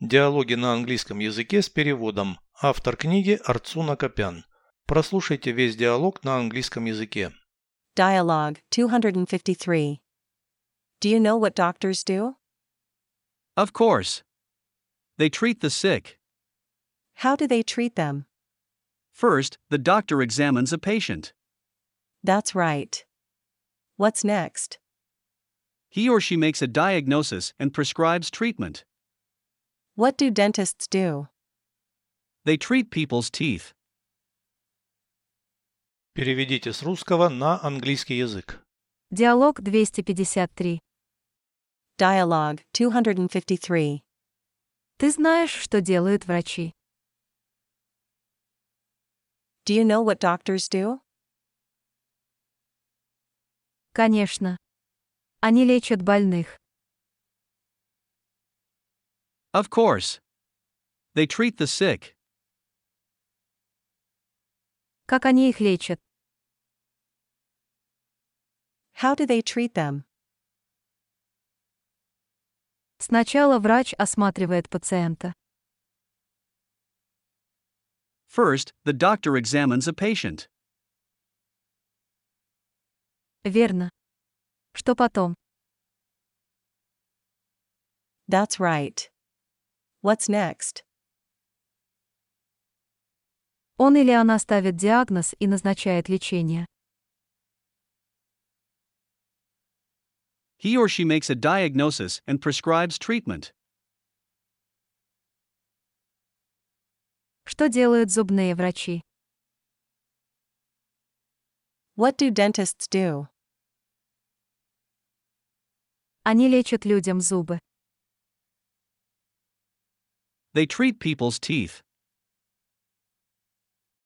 Диалоги на английском языке с переводом. Автор книги Арцуна Копян. Прослушайте весь диалог на английском языке. Dialogue 253. Do you know what doctors do? Of course. They treat the sick. How do they treat them? First, the doctor examines a patient. That's right. What's next? He or she makes a diagnosis and prescribes treatment. What do dentists do? They treat people's teeth. Переведите с русского на английский язык. Диалог 253. Dialogue 253. Ты знаешь, что делают врачи. Do you know what doctors do? Конечно. Они лечат больных. Of course. They treat the sick. Как они их лечат? How do they treat them? Сначала врач осматривает пациента. First, the doctor examines a patient. Верно. Что потом? That's right. What's next? Он или она ставит диагноз и назначает лечение. He or she makes a diagnosis and prescribes treatment. Что делают зубные врачи? What do dentists do? Они лечат людям зубы. They treat people's teeth.